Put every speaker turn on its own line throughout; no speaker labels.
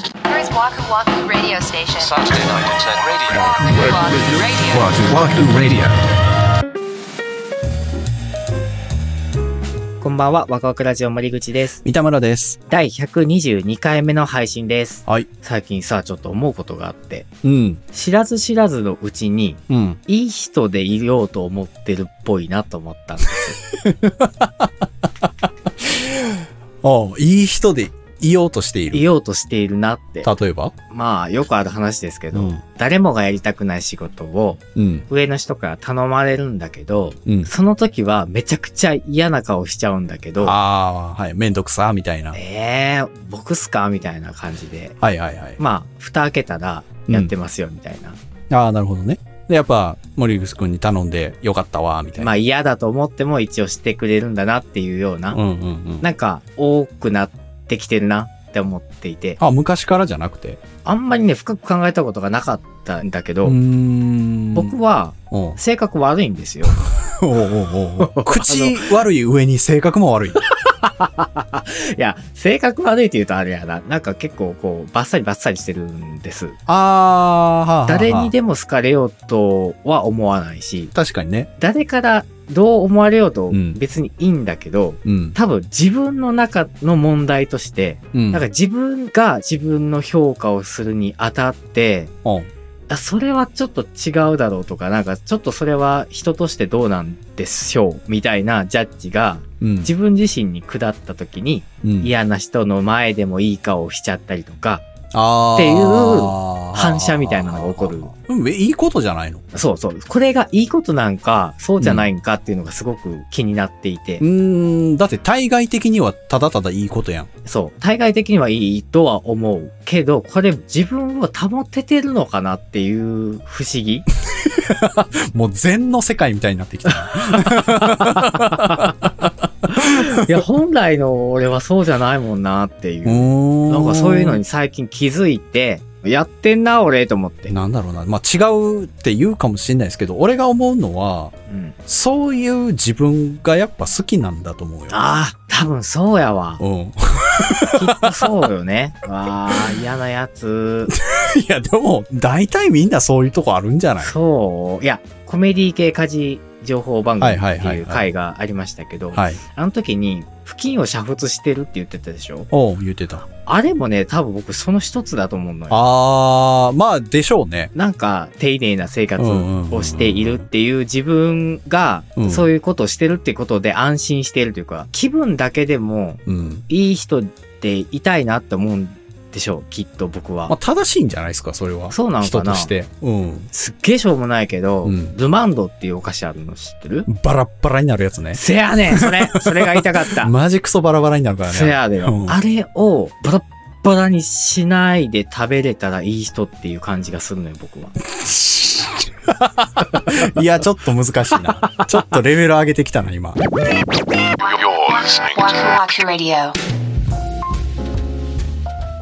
Waku Waku Radio Station.
Saturday night at 10 radio.
Waku Waku
Wahoo Wahoo
Radio.
Radio.
こんばんは、ワクワクラジオ森口です。
三田村です。
第122回目の配信です。
はい。
最近さ、ちょっと思うことがあって、
うん。
知らず知らずのうちに、
うん。
いい人でいようと思ってるっぽいなと思ったんです。
ああ、いい人でいようとしてい
い
る。
ようとしているなって。
例えば
まあ、よくある話ですけど、
うん
誰もがやりたくない仕事を
うん。
上の人から頼まれるんだけど、
うん。
その時はめちゃくちゃ嫌な顔しちゃうんだけど、
ああ、はい。めんどくさ、みたいな。はい
えー、僕っすかみたいな感じで。
はいはい。
まあ、蓋開けたらやってますよ、みたいな。
ああ、なるほどね。で、やっぱ、森口くんに頼んでよかったわ、みたい
ま
な。
あ嫌だと思っても一応してくれるんだなっていうような、
うんうんうん。
なんか多くなってきてるなって思っていて、
あ、昔からじゃなくて。
あんまりね、深く考えたことがなかったんだけど、
ん
僕は
おう
性格悪い んですよ。
おうおうお う口悪い上に性格も悪い。
いや、性格悪いって言うとあれやな、なんか結構こう、バッサリバッサリしてるんです。
ああ、はあはあ
誰に。でも好かれようとは思わないし、
確かにね。
誰からどう思われようと
うん
別にいいんだけど、
うん。
多分自分の中の問題として、
うん。
なんか自分が自分の評価をするにあたって、
おう
あそれはちょっと違うだろうとか、なんかちょっとそれは人としてどうなんでしょうみたいなジャッジが
うん。
自分自身に下った時に
うん。
嫌な人の前でもいい顔をしちゃったりとか、
っ
っていう反射みたいなのが起こる。
うん、えいいことじゃないの
そうそう、これがいいことなんかそうじゃないんかっていうのがすごく気になっていて
う、ーん、だって対外的にはただただいいことやん。
そう、対外的にはいいとは思うけど、これ自分を保ててるのかなっていう不思議
もう禅の世界みたいになってきた。
いや、本来の俺はそうじゃないもんなって いうう。
ーん
なんかそういうのに。最近気づいて、やってんな、俺、と思って。
なんだろうな。まあ、違うって言うかもしれないですけど、俺が思うのは、
うん。
そういう自分がやっぱ好きなんだと思うよ。
ああ、多分そうやわ。
うん。
きっとそうよね。わあ、嫌なやつ。
いや、でも、大体みんなそういうとこあるんじゃない
そう。いや、コメディ系家事情報番組
はい
っ
はい
て
はいは
いう
い
回がありましたけど、
はい。
あの時に、付近を煮沸してるって言ってたでしょ
おう、言ってた。
あれもね、多分僕その一つだと思うのよ。
あー、まあ、でしょうね。
なんか丁寧な生活をしているっていう自分が
うん
そういうことをしてるってことで安心しているというか気分だけでも
うん。
いい人でいたいなって思うんでしょうきっと僕
まあ、
は。
正しいんじゃないですか、それは。
そうなのか
人
な
として。うん。
すっげえしょうもないけど、
うん
ルマンドっていうお菓子あるの知ってる
バラッバラになるやつね。
せやねんそ れそれが言いたかっ た。
マジクソバラバラになるからね。
せやでよ、
うん
あれをバラッバラにしないで食べれたらいい人っていう感じがするのよ僕は。
いや、ちょっと難しいな。ちょっとレベル上げてきたな、今。
You're listening
Waku
to
Waku Radio.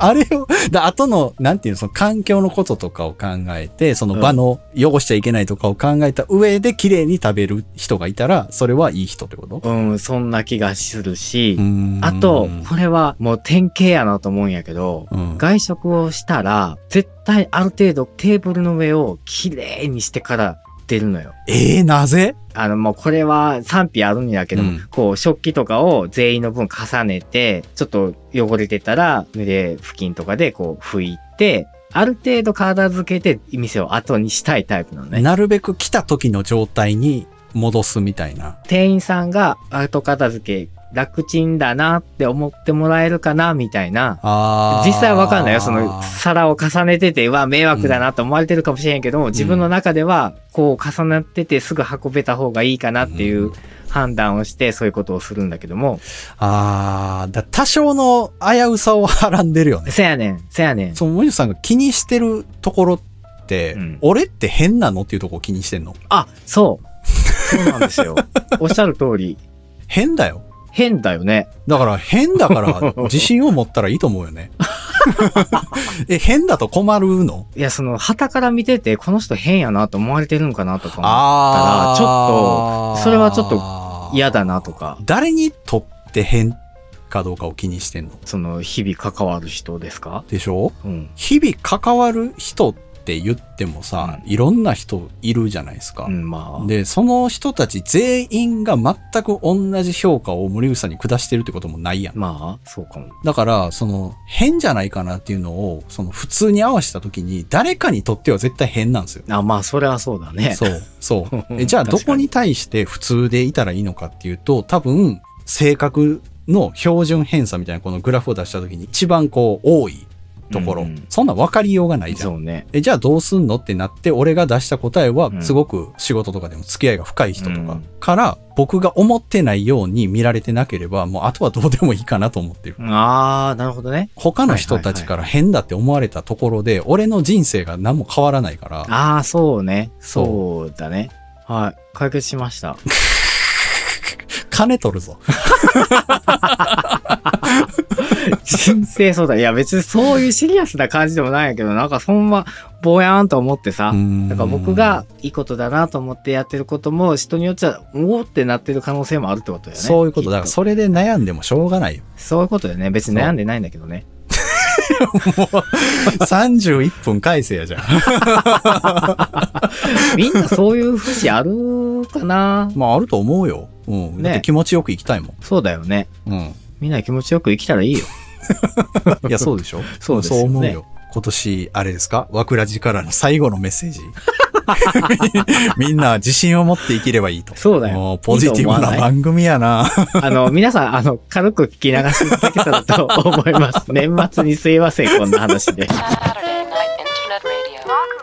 あれを、だ後の、なんていうの、その環境のこととかを考えて、その場の汚しちゃいけないとかを考えた上で、綺麗に食べる人がいたら、それはいい人ってこと
うん、そんな気がするし、
うーん
あと、これはもう典型やなと思うんやけど、
うん
外食をしたら、絶対ある程度テーブルの上をきれいにしてから出るのよ。
ええなぜ
あの、もうこれは賛否あるんやけども、
うん
こう、食器とかを全員の分重ねて、ちょっと汚れてたら、濡れ布巾とかでこう拭いて、ある程度片付けて店を後にしたいタイプなのね。
なるべく来た時の状態に戻すみたいな。
店員さんが後片付け楽ちんだなって思ってもらえるかな、みたいな。
あー
実際はわかんないよ。その皿を重ねてて、うわ、迷惑だなと思われてるかもしれんけども、自分の中では、こう重なっててすぐ運べた方がいいかなっていう判断をして、そういうことをするんだけども、
あーだ多少の危うさをはらんでるよね。
せやねん、せやねん。
その森内さんが気にしてるところって、
うん
俺って変なのっていうとこを気にしてんの
あ、そう。そうなんですよ。 おっしゃる通り、
変だよ。
変だよね。
だから変だ から自信を持ったらいいと思うよね。 え、変だと困るの
いや、その、旗から見てて、この人変やなと思われてるんかなとかも、
ああ。
ちょっとそれはちょっ
と
嫌だなとか。
誰にとって変かどうかを気にしてんの。
その日々関わる人ですか
でしょ
うん。
日々関わる人って言ってもさ、いろんな人いるじゃないですか。
うん、まあ。
で、その人たち全員が全く同じ評価を森口さんに下してるってこともないやん。
まあ、そうかも。
だから、その、変じゃないかなっていうのを、その、普通に合わせた時に、誰かにとっては絶対変なんですよ。
あ、まあ、それはそうだね。
そう、 そう。えじゃあ、ど
確
こ
かに
に対して普通でいたらいいのかっていうと、多分、性格の標準偏差みたいな、このグラフを出した時に、一番こう、多いところ。
うんうん
そんなん分かりようがないじゃん。
そうね。
えじゃあどうすんのってなって俺が出した答えは
うん
すごく仕事とかでも付き合いが深い人と
う
か
ん
から僕が思ってないように見られてなければもうあとはどうでもいいかなと思ってる。
ああ、なるほどね。
他の人たちから変だって思われたところで俺の人生が何も変わらないから
ああ、そうね。
そ
そうだね。はい。解決しました。
金取るぞ。
人生相談。いや、別にそういうシリアスな感じでもないんやけど、なんかそんな、ぼやーんと思ってさ。
だ
だから僕がいいことだなと思ってやってることも、人によっちゃ、おーってなってる可能性もあるってことよね。
そういうことだか
き
ら
っ
それで悩んでもしょうがない よ。
そういうことだよね。別に悩んでないんだけどね。
31分返せやじゃん。
みんなそういう節あるかな
まああると思うよ。うん。だって気持ちよく生きたいもん。
そうだよね。
うん。
みんな気持ちよく生きたらいいよ。
いや、そうでしょ
そうですよね
思うよ。今年、あれですか和倉寺からの最後のメッセー ジ。 みんな自信を持って生きればいいと。
そうだよ
もポジティブない
いと思わない
番組やな。
あの、皆さん、あの、軽く聞き流していただけたらと思い ます。年末にすいません、こんな話で。
Saturday night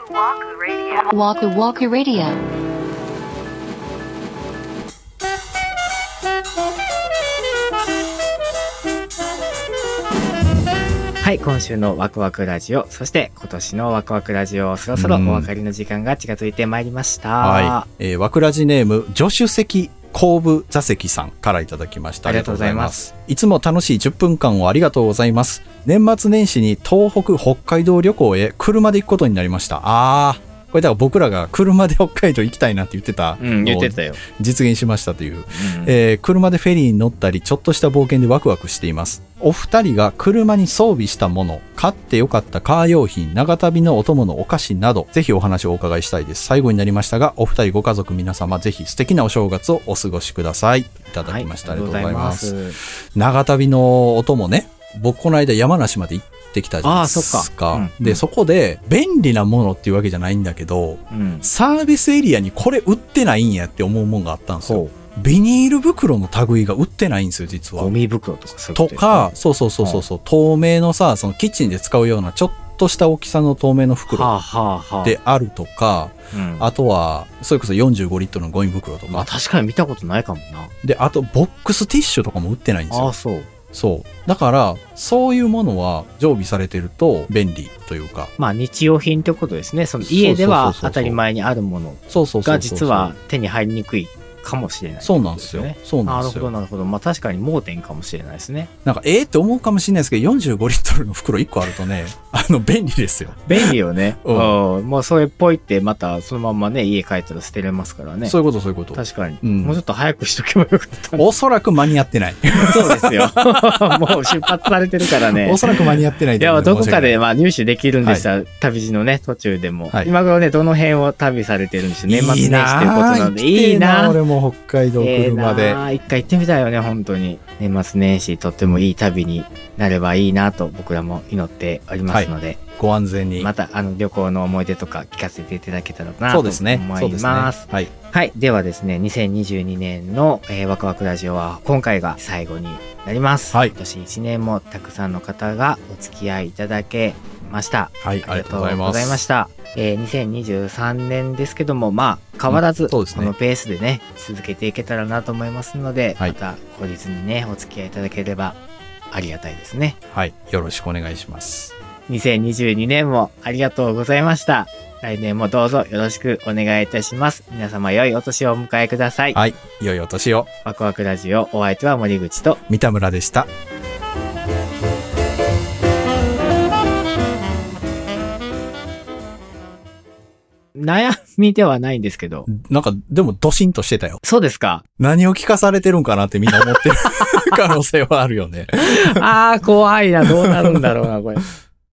internet radio. Waku Waku Radio.
Thank you.
はい、今週のワクワクラジオ、そして今年のワクワクラジオ、そろそろお別れの時間が近づいてまいりまし た。
はい。えー、和倉寺ネーム、助手席後部座席さんからいただきました。
ありがとうございます
ありがとうございます。いつも楽しい10分間をありがとうございます。年末年始に東北、北海道旅行へ車で行くことになりました。あー。これだから僕らが車で北海道行きたいなって言ってた。
うん、言ってたよ。
実現しましたという
うん
えー車でフェリーに乗ったりちょっとした冒険でワクワクしていますお二人が車に装備したもの買ってよかったカー用品長旅のお供のお菓子などぜひお話をお伺いしたいです最後になりましたがお二人ご家族皆様ぜひ素敵なお正月をお過ごしくださいいただきました、
はい
ありがとうございます
す。
長旅のお供ね僕この間山梨まで行ってきたじゃないで
あーそ
すか
っかうん
でそこで便利なものっていうわけじゃないんだけど
うん。
サービスエリアにこれ売ってないんやって思うもんがあったんですよ
そう。
ビニール袋の類が売ってないんですよ、実
ゴ
は。
ミ袋とかそういうことですね
か、、そうそうそうそうそう、透明のさ、そのキッチンで使うようなちょっとした大きさの透明の
は
袋
あはあはあ。
であるとか、
うん、
あとは、それこそ45リットルのゴミ袋と
まあ
か、
確かに見たことないかもな。
で、あとボックスティッシュとかも売ってないんです
あ
よ
あ、。そう。
そう。だから、そういうものは常備されてると便利というか、
まあ日用品ってことですね。その家で
そう
は
そうそうそうそう
当たり前にあるもの
そうそうそうそう。
が実は、手に入りにくいかもしれない、
そうなんですよ
ね。
そうな
なんる
です
ほど、
よ。
なるほど。まあ確かに盲点かもしれないですね。
なんか、ええって思うかもしれないですけど、45リットルの袋1個あるとね、 あの、便利ですよ。
便利よね。
う
うんん。もうそれっぽいって、またそのまんまね、家帰ったら捨てれますからね。
そういうこと、そういうこと。
確かに、
うん
もうちょっと早くしとけば よかった。
おそらく間に合ってない。
そうですよ。 もう出発されてるからね
お。そらく間に合ってない
い
と思
や、
うの
どこかで
申し
まあ入手できるんでした、旅路のね、途中でも。
はい
今頃ね、どの辺を旅されてるんでしょう。
訳ない
年末年始ということなんで、いい
行きてえ
な
俺も北海道
ええ
車で。
なあ一回行ってみたいよね、本当に。年末年始、とってもいい旅になればいいなと僕らも祈っておりますので、
ご安全に。
またあの旅行の思い出とか聞かせていただけたらなと
そう
思
ですね。そう
い
ですね。
ま
は
す。
い。
はい。ではですね、2022年の、えーワクワクラジオは今回が最後になります。
はい
今年1年もたくさんの方がお付き合いいただけました。
はい。ありがとうございます。
した。えー2023年ですけども、まあ、変わら
う
ず、
んそう
こ
ですね
のペースでね、続けていけたらなと思いますので、
はい
また、後日にね、お付き合いいただければありがたいですね。
はい。よろしくお願いします。
2022年もありがとうございました。来年もどうぞよろしくお願いいたします。皆様良いお年をお迎えください。
はい。いよいよお年を。
ワクワクラジオ、お相手は森口と、
三田村でした。
悩みではないんですけど。
なんか、でもドシンとしてたよ。
そうです か。
何を聞かされてるん かなってみんな思ってる可能性はあるよね。
ああ、怖いな。どうなるんだろうな、これ。